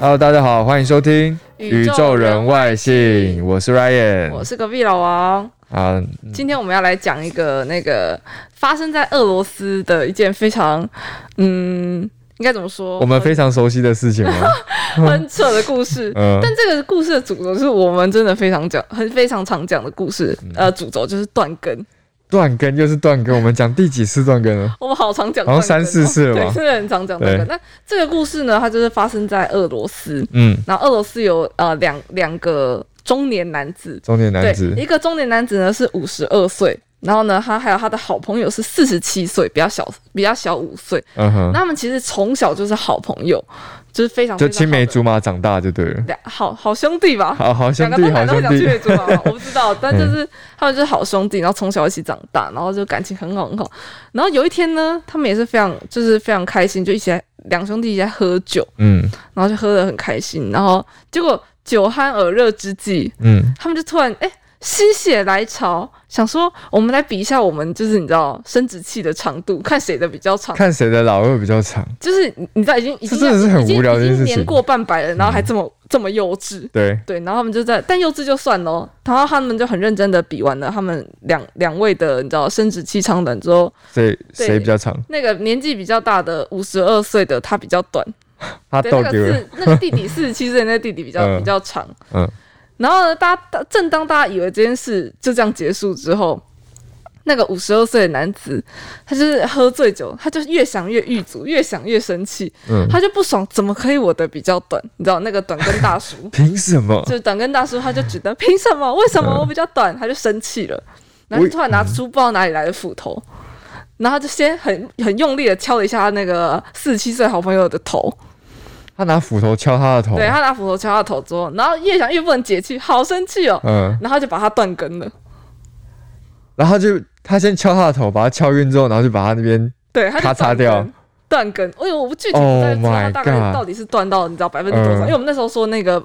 Hello，大家好，欢迎收听《宇宙人外星》，我是 Ryan。我是隔壁老王。啊，今天我们要来讲一个那个发生在俄罗斯的一件非常，嗯，应该怎么说？我们非常熟悉的事情 吗？很很扯的故事。嗯，但这个故事的主轴是我们真的非常讲，很非常常讲的故事。嗯呃，主轴就是断根，断更就是断更，我们讲第几次断更了？我们好常讲断好根哦，像三四次了对，吧？真的很常讲断根。对那这个故事呢，它就是发生在俄罗斯。嗯，然后俄罗斯有呃两两个中年男子，中年男对，子一个中年男子呢是五十二岁，然后呢他还有他的好朋友是四十七岁，比较小比较小五岁，嗯哼那，他们其实从小就是好朋友，就是非常就非常青梅好的竹马长大就对了。两好好兄弟吧。好好兄两个弟，东好南都兄会讲弟青嗯梅，竹马 吗，我不知道，但就是他们就是好兄弟，然后从小一起长大，然后就感情很好很好。然后有一天呢，他们也是非常就是非常开心，就一起来两兄弟一起来喝酒，嗯然后就喝得很开心，然后结果酒酣耳热之际，嗯，他们就突然哎、心血来潮，想说我们来比一下我们就是你知道生殖器的长度，看谁的比较长。看谁的老二比较长。就是你你知道已经已这经真的是很已经无聊的一件事已经年情嗯过半百了，然后还这么、这么幼稚。对，对，然后他们就在，但幼稚就算咯，然后他们就很认真的比完了他们两两位的，你知道生殖器长短之后，谁对谁比较长？那个年纪比较大的五十二岁的他比较短，他对，逗那个丢啊了。是那个弟弟四十七岁，那个弟弟比较、 嗯比较长。嗯然后呢，大家大正当大家以为这件事就这样结束之后，那个五十二岁的男子，他就是喝醉酒，他就越想越狱卒，越想越生气，嗯，他就不爽，怎么可以我的比较短？你知道那个短跟 大叔， 凭什么？就是短跟大叔，他就觉得凭什么？为什嗯么我比较短？他就生气了，然后就突然拿出不知道哪里来的斧头，然后他就先很很用力的敲了一下他那个四十七岁好朋友的头，他拿斧头敲他的头。对他拿斧头敲他头之后，然后越想越不能解气，好生气哦，嗯，然后就把他断根了。然后就他先敲他的头，把他敲晕之后，然后就把他那边对，他就咔嚓断根掉，断根。哎呦，我不具体不太 Oh 知道他 my 大概 God 到底是断到你知道百分之多少，嗯因为我们那时候说那个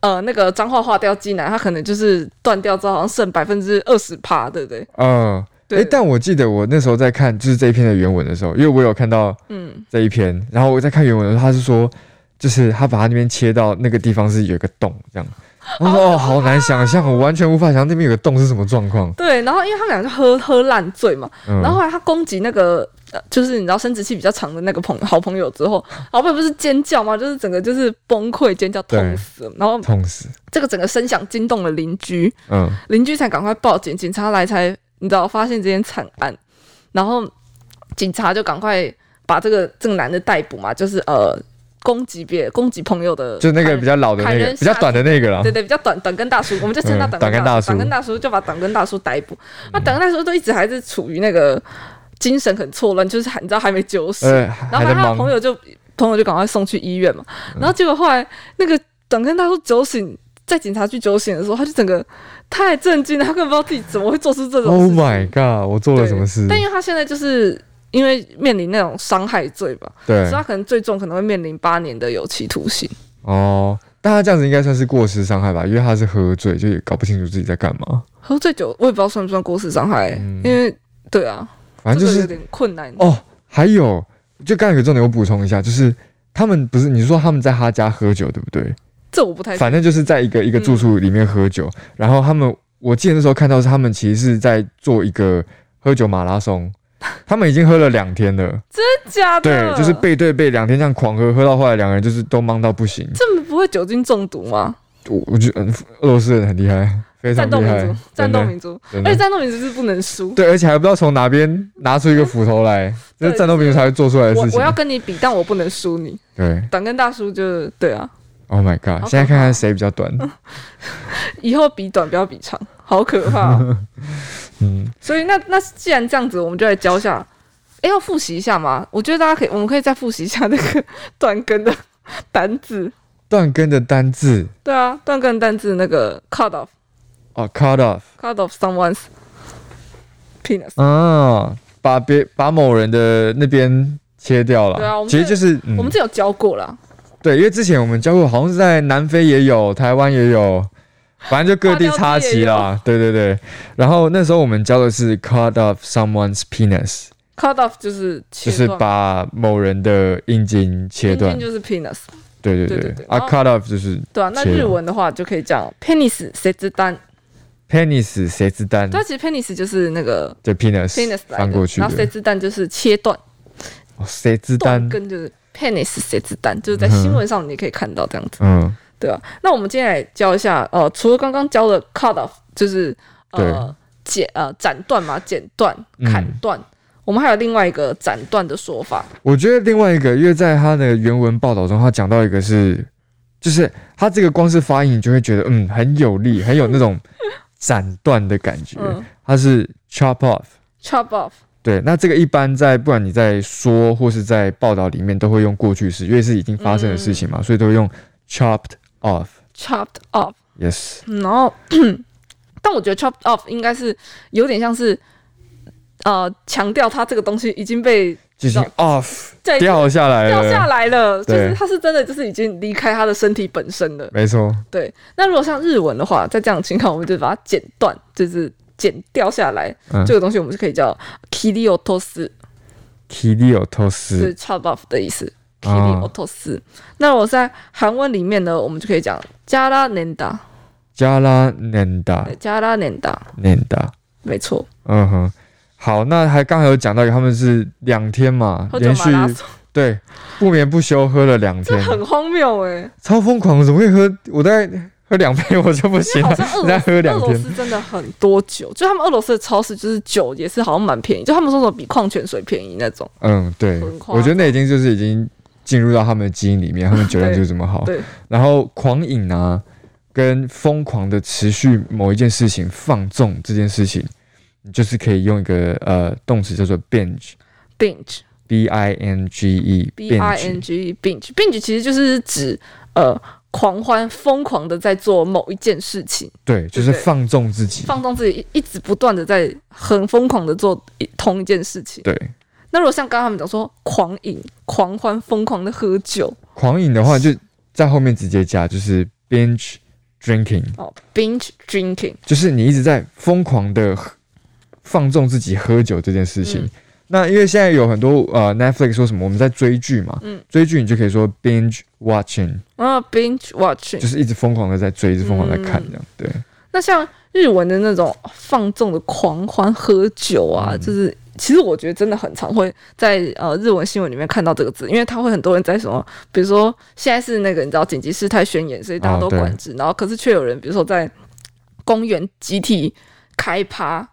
呃那个脏话划掉机男，他可能就是断掉之后好像剩百分之二十趴，对不对？嗯。对诶，但我记得我那时候在看就是这一篇的原文的时候，因为我有看到嗯，这一篇，然后我在看原文的时候，他是说，就是他把他那边切到那个地方是有一个洞这样，我说哦，好难想象，我完全无法想象那边有个洞是什么状况。对。然后因为他们俩就喝喝烂醉嘛，嗯， 然后后来他攻击那个。呃就是你知道生殖器比较长的那个朋好朋友之后，老板不是尖叫吗？就是整个就是崩溃尖叫，对痛死了。然后痛死，这个整个声响惊动了邻居，嗯邻居才赶快报警，警察来才你知道发现这件惨案，然后警察就赶快把这个这个男的逮捕嘛，就是呃攻击别攻击朋友的，就那个比较老的 那砍个，人比较短的那个啦对。对比较短短跟大叔，我们就称他嗯短跟大叔，短跟嗯短跟大叔就把短跟大叔逮捕，那短跟大叔都一直还是处于那个精神很错乱，就是还你知道还没酒醒，呃，还然后在他的朋忙，友就朋友就赶快送去医院嘛，嗯然后结果后来那个短跟大叔酒醒，在警察局酒醒的时候，他就整个太震惊了，他根本不知道自己怎么会做出这种 Oh 事情 my god！我做了什么事对？但因为他现在就是因为面临那种伤害罪吧，所对以，他可能最重可能会面临八年的有期徒刑。哦，但他这样子应该算是过失伤害吧？因为他是喝醉，就也搞不清楚自己在干嘛。喝醉酒我也不知道算不算过失伤害、欸嗯因为对啊，反正就这个有是点困难。哦，还有，就刚才有个重点我补充一下，就是他们不是你说他们在他家喝酒对不对？这我不太反正就是在一个一个住处里面喝酒，嗯 然后他们我记得那时候看到是他们其实是在做一个喝酒马拉松，他们已经喝了两天了，假的，对，就是背对背两天这样狂喝，喝到后来两个人就是都忙到不行。这不会酒精中毒吗？我我觉得嗯俄罗斯人很厉害，非常战斗厉民害族，，真战斗的民族，真而且的。战斗民族是不能 输。对，而且还不知道从哪边拿出一个斧头 来，这是对战斗民族才会做出来的我事我要情。跟你比，但我不能输你。对短跟大叔就对啊， ，Oh my 好可 god！怕现在看看谁比较短。以后比短不要比长，好 可怕、哦。嗯，所以那那既然这样子，我们就来教一下。哎，要复习一下吗？我觉得大家可以，我们可以再复习一下那个断根的单字。断根的单字对啊，断根单字那个 cut off 哦，cut off cut off someone's penis。啊，把别把某人的那边切掉了。对啊我们其实这就是嗯我们这有教过啦，对，因为之前我们教过，好像是在南非也有，台湾也有，反正就各地插旗啦。对对对，然后那时候我们教的是 cut off someone's penis， cut off 就是就切是断，把某人的阴茎切阴断茎。就是 penis。对对对对对对啊然后，cut off 就是对啊，那切日了文的话就可以讲 penis 谁知单， penis 谁知单，对啊，其实 penis 就是那个就 penis penis 来翻过的，去然后谁的，知单就是切断，哦谁知断单？根就是 penis 谁知单，就是在新闻上你可以看到这样子，嗯，对吧、那我们今天来教一下，呃，除了刚刚教的 cut off，就是呃剪呃斩断嘛，剪断、嗯砍断，我们还有另外一个斩断的说法，我觉得另外一个，因为在他的原文报道中，他讲到一个是，就是他这个光是发音，你就会觉得嗯很有力，很有那种斩断的感觉。嗯它是 chop off。 ，chop off，对，那这个一般在不管你在说或是在报道里面都会用过去式，因为是已经发生的事情嘛，嗯所以都会用 chopped off。 chopped off。 Yes，嗯然后， 但我觉得 chop off 应该是有点像是，呃，强调它这个东西已经被就已经走 off 对掉下来了，掉下来了，就对是它是真的就是已经离开它的身体本身了。没错，对，那如果像日文的话，在这样的情况，我们就把它剪断，就是剪掉下来、嗯这个东西，我们就可以叫 kiri otos，就 kiliotos 是 chop off 的意思。哦 kiri otos。那如果在韩文里面呢，我们就可以讲 jara nenda，加拉 nenda 对，jara nenda， nenda。没错，嗯哼，好，那还刚才有讲到一个，他们是两天嘛，喝酒连马续拉松，对不眠不休喝了两这天，很荒谬哎、超疯狂的，怎么会喝？我大概喝两杯 我就不行好了像俄， 人家罗斯喝两俄罗天，斯真的很多酒，就他们俄罗斯的超市就是酒也是好像蛮便宜，就他们说什么比矿泉水便宜那种。嗯，对很，夸张我觉得那已经就是已经进入到他们的基因里面，他们酒量就是这么好，对，然后狂饮啊，跟疯狂的持续某一件事情放纵这件事情，你就是可以用一个呃动词叫做 binge，b binge i n g e b i n g e binge binge 其实就是指呃狂欢、疯狂的在做某一件事情，对，就是对放纵自己，放纵自己，一直不断的在很疯狂的做一同一件事情。对。那如果像刚刚他们讲说狂饮、狂欢、疯狂的喝酒狂饮的话，就在后面直接加，就是 binge drinking，哦，binge drinking 就是你一直在疯狂的放纵自己喝酒这件事情。嗯那因为现在有很多呃 Netflix 说什么我们在追剧嘛，嗯追剧你就可以说 binge watching，啊，binge watching 就是一直疯狂的在追，一直疯狂地在看嗯这样。对，那像日文的那种放纵的狂欢喝酒啊，嗯就是其实我觉得真的很常会在呃日文新闻里面看到这个字，因为他会很多人在什么，比如说现在是那个你知道紧急事态宣言，所以大家哦都对管制，然后可是却有人比如说在公园集体开趴，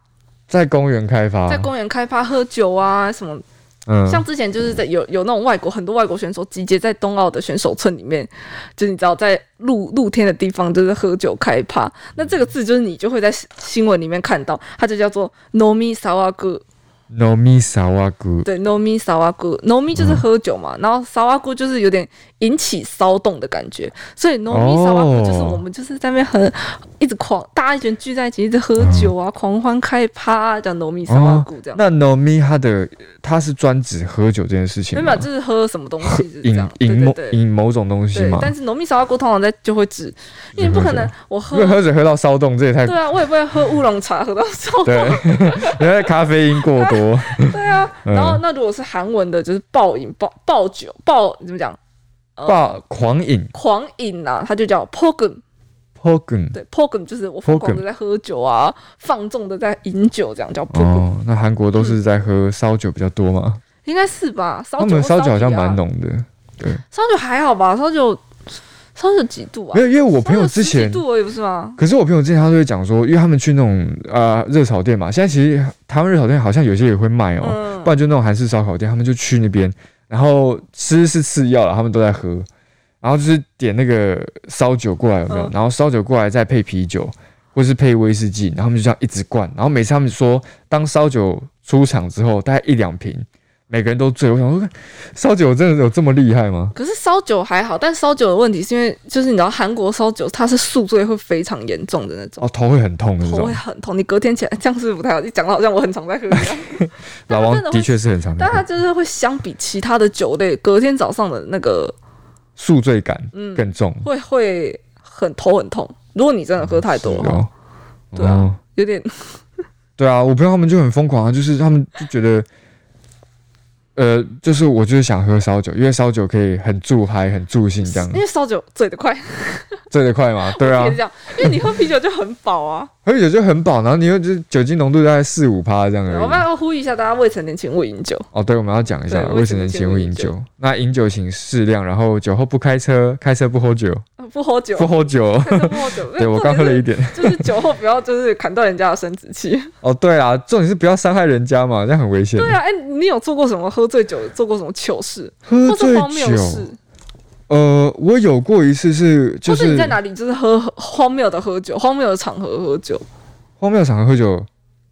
在公园开发，在公园开趴喝酒啊什么，嗯，像之前就是在有有那种外国很多外国选手集结在冬奥的选手村里面，就是你知道在露露天的地方就是喝酒开趴，那这个字就是你就会在新新闻里面看到，它就叫做 nomi sawagu， no mi sawagu，对 nomi sawagu，nomi 嗯就是喝酒嘛，然后 sawagu 就是有点引起骚动的感觉，所以 nomi 哦 sawagu 就是我们就是在那边很一直狂，大家一群聚在一起一直喝酒啊，狂欢开趴、啊，叫 nomi sawagu 这嗯哦样，那 no mi 它的它是专指喝酒这件事情没吗，有没有就是喝什么东西就是这饮样， 对饮对某对。饮某种东西对嘛，，但是浓密烧鸭锅通常在就会指，嗯因为不可能我喝因为，喝水喝到骚动，这也太对啊，我也不会喝乌龙茶喝到烧。对，因为咖啡因过 多，对啊，嗯然后那如果是韩文的，就是暴饮暴暴酒暴怎么讲？爆狂饮狂饮啊，它就叫 pogun Pogum。对 p o g u m 就是我疯狂的在喝酒啊，放纵的在饮酒，这样叫 p o g u m 哦，那韩国都是在喝烧酒比较多吗？应该是吧？烧他酒们或烧烧酒好像啤啊蛮浓的，烧酒还好吧？烧酒烧酒几度啊？没有，因为我朋友烧酒之十几前，度而已不是吗？可是我朋友之前他都会讲说，因为他们去那种啊热炒店嘛，现在其实台湾热炒店好像有些也会卖哦，嗯不，然就那种韩式烧烤店，他们就去那边，然后吃是次要了，他们都在喝，然后就是点那个烧酒过来有没有？嗯然后烧酒过来再配啤酒，或是配威士忌，然后他们就这样一直灌，然后每次他们说，当烧酒出场之后，大概一两瓶，每个人都醉。我想说，烧酒真的有这么厉害吗？可是烧酒还好，但烧酒的问题是因为就是你知道韩国烧酒它是宿醉会非常严重的那种哦，。头会很痛的那头会种。很痛，你隔天起来这样是不太好。你讲的好像我很常在喝一 样，老但它王真的会的确是很常见但它就是会相比其他的酒类，隔天早上的那个宿醉感嗯更重。会会很头很痛。如果你真的喝太多的话，哦，对啊哦有点对啊，我朋友他们就很疯狂啊，就是他们就觉得，呃，就是我就是想喝烧酒，因为烧酒可以很助嗨、很助兴这样因，为烧酒醉得快，醉得快嘛。对啊 也是，这样，因为你喝啤酒就很饱 啊。喝酒就很饱，然后你又就是酒精浓度大概四五趴这样对我们而已。要呼吁一下大家，未成年请勿饮酒。哦，对，我们要讲一下对未成年请勿饮酒。那饮酒请适量，然后酒后不开车，开车不喝酒，呃不喝 酒，不喝酒。 真的不喝酒。 对我刚喝了一点。重点是，就是酒后不要就是砍断人家的生殖器。 哦，对啊，重点是不要伤害人家嘛，这样很危险。对啊，哎、你有做过什么喝醉酒做过什么糗事，喝或醉是荒谬酒，事，呃，我有过一次是就或是是你在哪里就是喝荒谬的喝酒，荒谬的场合喝酒。荒谬场合喝酒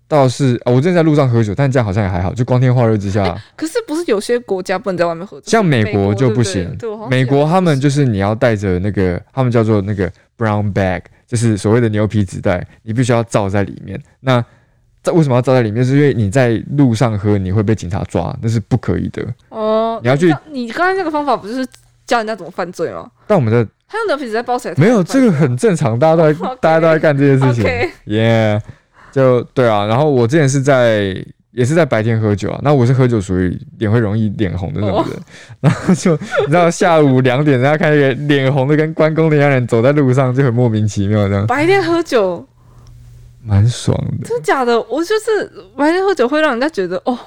倒是啊，我之前在路上喝酒，但这样好像也还好，就光天化日之下，可是不是有些国家不能在外面喝酒？像美美国就对不对行。 对，我好像美记国得他们就是你要带着那个，他们叫做那个 brown bag，就是所谓的牛皮纸袋，你必须要罩在里面。那在为什么要罩在里面？是因为你在路上喝，你会被警察抓，那是不可以的。哦，你要去那你刚才那个方法不就是教人家怎么犯罪吗？但我们的他用牛皮纸在包起来，没有这个很正常，大家都在 OK 大家都在干这件事情。 OK。耶、就对啊。然后我之前是在也是在白天喝酒啊，那我是喝酒属于脸会容易脸红的那哦种人，然后就你知道下午两点，大家看一个脸红的跟关公的一样人走在路上，就很莫名其妙这样，白天喝酒蛮爽的，真的假的？我就是白天喝酒会让人家觉得哦，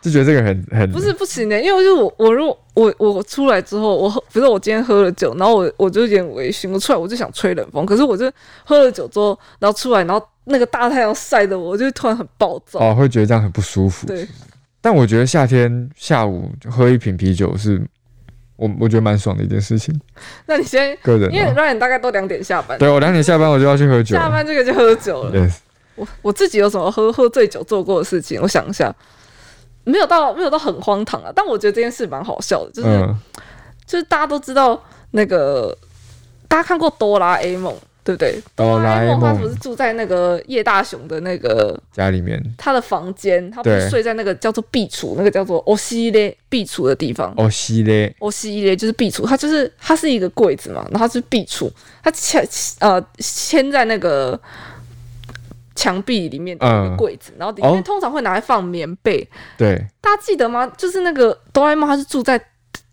就觉得这个很很不是不行的、因为就是我我如果我我出来之后，我喝，比如说我今天喝了酒，然后我我就有点微醺，我出来我就想吹冷风，可是我就喝了酒之后，然后出来，然后那个大太阳晒的我，我就突然很暴躁。哦，会觉得这样很不舒服。对，但我觉得夏天下午就喝一瓶啤酒是。我我觉得蛮爽的一件事情，那你先，个人、因为啊。让你大概都两点下班，对我两点下班我就要去喝酒了，下班这个就喝酒了。 Yes 我我自己有什么喝喝醉酒做过的事情？我想一下，没有到没有到很荒唐啊，但我觉得这件事蛮好笑的，就是、嗯，就是大家都知道那个，大家看过哆啦 A 梦对不对？哆啦 A 梦他不梦是住在那个叶大雄的那个家里面他的房间，他不对是睡在那个叫做壁橱，那个叫做欧西嘞壁橱的地方。哦西嘞，欧西嘞就是壁橱，它就是它是一个柜子嘛，然后它是壁橱，它嵌呃嵌在那个墙壁里面的一嗯个柜子，然后里面哦通常会拿来放棉被。对大家记得吗？就是那个哆啦 A 梦，它是住在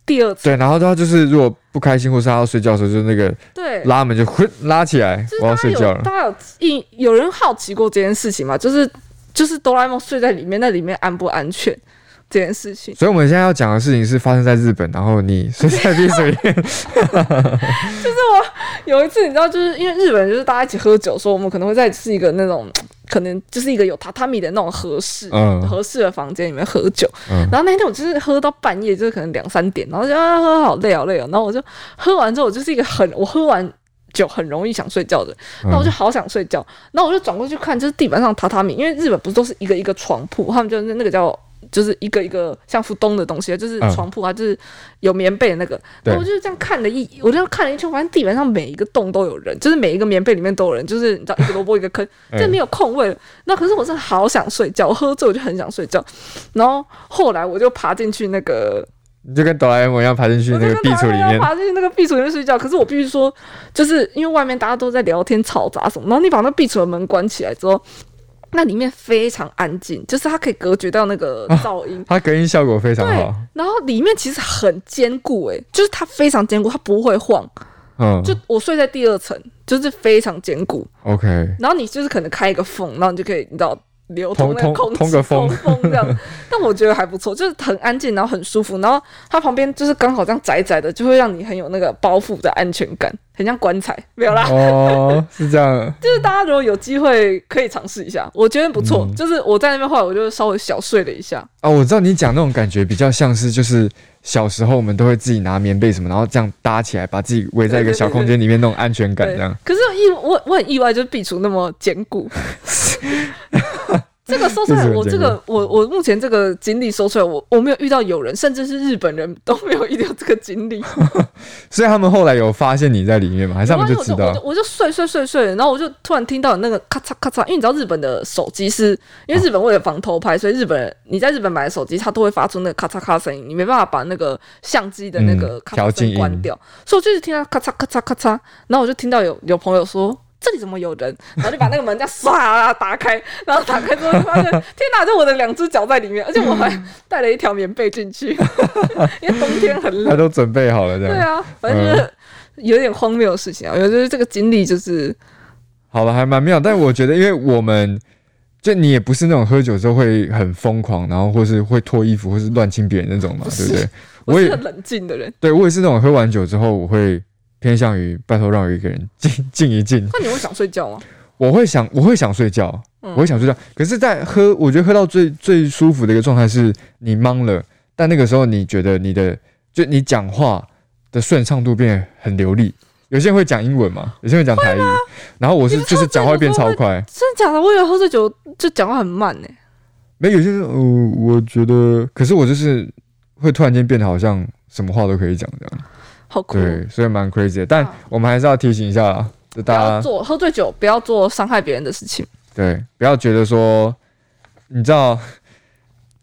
第二层，对，然后他就是如果不开心或是他要睡觉的时候，就是那个对，拉门就 呼拉起来就，是我要大家睡有觉了。大家有一有人好奇过这件事情吗？就是就是哆啦 A 梦睡在里面，那里面安不安全这件事情？所以我们现在要讲的事情是发生在日本，然后你睡在地水 面，有一次，你知道，就是因为日本人就是大家一起喝酒，说我们可能会在是一个那种可能就是一个有榻榻米的那种合适、嗯合适的房间里面喝酒。嗯然后那天我就是喝到半夜，就是可能两三点，然后就啊喝好累好累哦。然后我就喝完之后，我就是一个很我喝完。酒很容易想睡觉的，那嗯我就好想睡觉，然后我就转过去看，就是地板上榻榻米，因为日本不是都是一个一个床铺，他们就是那个叫就是一个一个像福东的东西，就是嗯床铺啊，就是有棉被的那个，对然后我就这样看了一，我这样看了一圈，发现地板上每一个洞都有人，就是每一个棉被里面都有人，就是你知道一个萝卜一个 坑，哎就没有空位了。那可是我真的好想睡觉，我喝醉我就很想睡觉。然后后来我就爬进去那个，你哎就跟哆啦 A 梦一样爬进去我那就个跟壁橱里大家面要。爬进去那个壁橱里面睡觉。可是我必须说，就是因为外面大家都在聊天嘈杂什么，然后你把那壁橱的门关起来之后。那里面非常安静，就是它可以隔绝掉那个噪音，它隔音效果非常对好，，然后里面其实很坚固、欸，就是它非常坚固，它不会晃。嗯，就我睡在第二层，就是非常坚固。 OK，然后你就是可能开一个缝，然后你就可以你知道流通那通个通空气通个风通风 这样。但我觉得还不错，就是很安静，然后很舒服，然后它旁边就是刚好这样窄窄的，就会让你很有那个包覆的安全感，很像棺材。没有啦，哦，是这样，就是大家如果有机会可以尝试一下，我觉得不错。嗯就是我在那边后来我就稍微小睡了一下，啊，我知道你讲那种感觉比较像是就是小时候我们都会自己拿棉被什么，然后这样搭起来，把自己围在一个小空间里面那种安全感对这样。，可是意我我很意外，就是壁橱那么坚 固。这个说出来，我这个我我目前这个经历说出来，我我没有遇到有人，甚至是日本人都没有遇到这个经历。所以他们后来有发现你在里面吗？还是他们就知我就我就道？我就睡睡睡睡，然后我就突然听到有那个咔嚓咔嚓，因为你知道日本的手机是因哦为日本为了防偷拍，所以日本人你在日本买的手机它都会发出那个咔嚓咔嚓声音，你没办法把那个相机的那个嗯咔调嚓静声音关掉，所以我就是听到咔嚓咔嚓咔嚓，然后我就听到有有朋友说。这里怎么有人？然后就把那个门这样唰打开，然后打开之后就发现，天哪！就我的两只脚在里面，而且我还嗯带了一条棉被进去， 因为冬天很冷 他。都准备好了这对样。啊，反正就是有点荒谬的事情啊。嗯我觉得这个经历就是，好了，还蛮妙。但我觉得，因为我们就你也不是那种喝酒之后会很疯狂，然后或是会脱衣服，或是乱亲别人那种嘛，不对是 不对？我也是很冷静 的人。对我也是那种喝完酒之后，我会偏向于拜托让我一个人静静一静。那你会想睡觉吗？我会想，我会想睡觉，嗯我会想睡觉。可是，在喝，我觉得喝到最最舒服的一个状态是你懵了，但那个时候你觉得你的就你讲话的顺畅度变很流利。有些人会讲英文嘛，有些人会讲台语，然后我是你不知就道是讲话变超快。真的假的？我以为喝醉酒就讲话很慢呢、没有，有些人，呃，我觉得，可是我就是会突然间变得好像什么话都可以讲这样，好酷哦。对，所以蛮 crazy 的。但啊我们还是要提醒一下啦，就不大要家做喝醉酒，不要做伤害别人的事情。对，不要觉得说，你知道，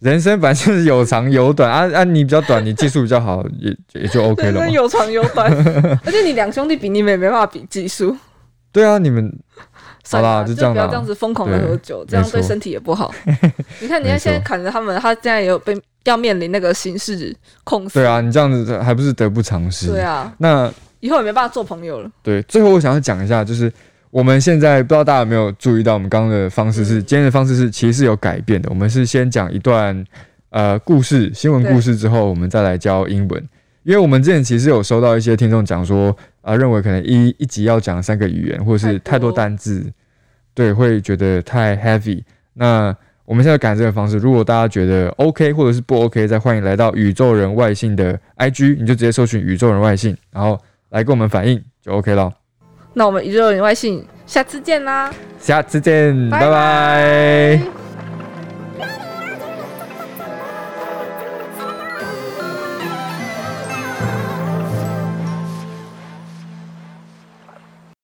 人生本来就是有长有短啊啊，你比较短，你技术比较好，也也就 OK 人了生嘛。有长有 短，而且你两兄弟比，你们也没办法比技术。对啊，你们算好了，啦就就这样不要啦这样子疯狂的喝酒，对这样没错对身体也 不好。你看，你看现在砍着他们，他现在也有被要面临那个刑事控诉。对啊，你这样子还不是得不偿失？对。啊，那以后也没办法做朋友了。对，最后我想要讲一下，就是我们现在不知道大家有没有注意到，我们刚刚的方式是、嗯今天的方式是其实是有改变的。我们是先讲一段呃故事，新闻故事之后，我们再来教英文。因为我们之前其实有收到一些听众讲说，啊、认为可能一一集要讲三个语言，或者是太太多多单字，对，会觉得太 heavy。那我们现在改这个方式，如果大家觉得 OK 或者是不 OK，再欢迎来到宇宙人外信的 IG，你就直接搜寻宇宙人外信，然后来跟我们反映就 OK 了。那我们宇宙人外信，下次见啦，下次见，拜拜。拜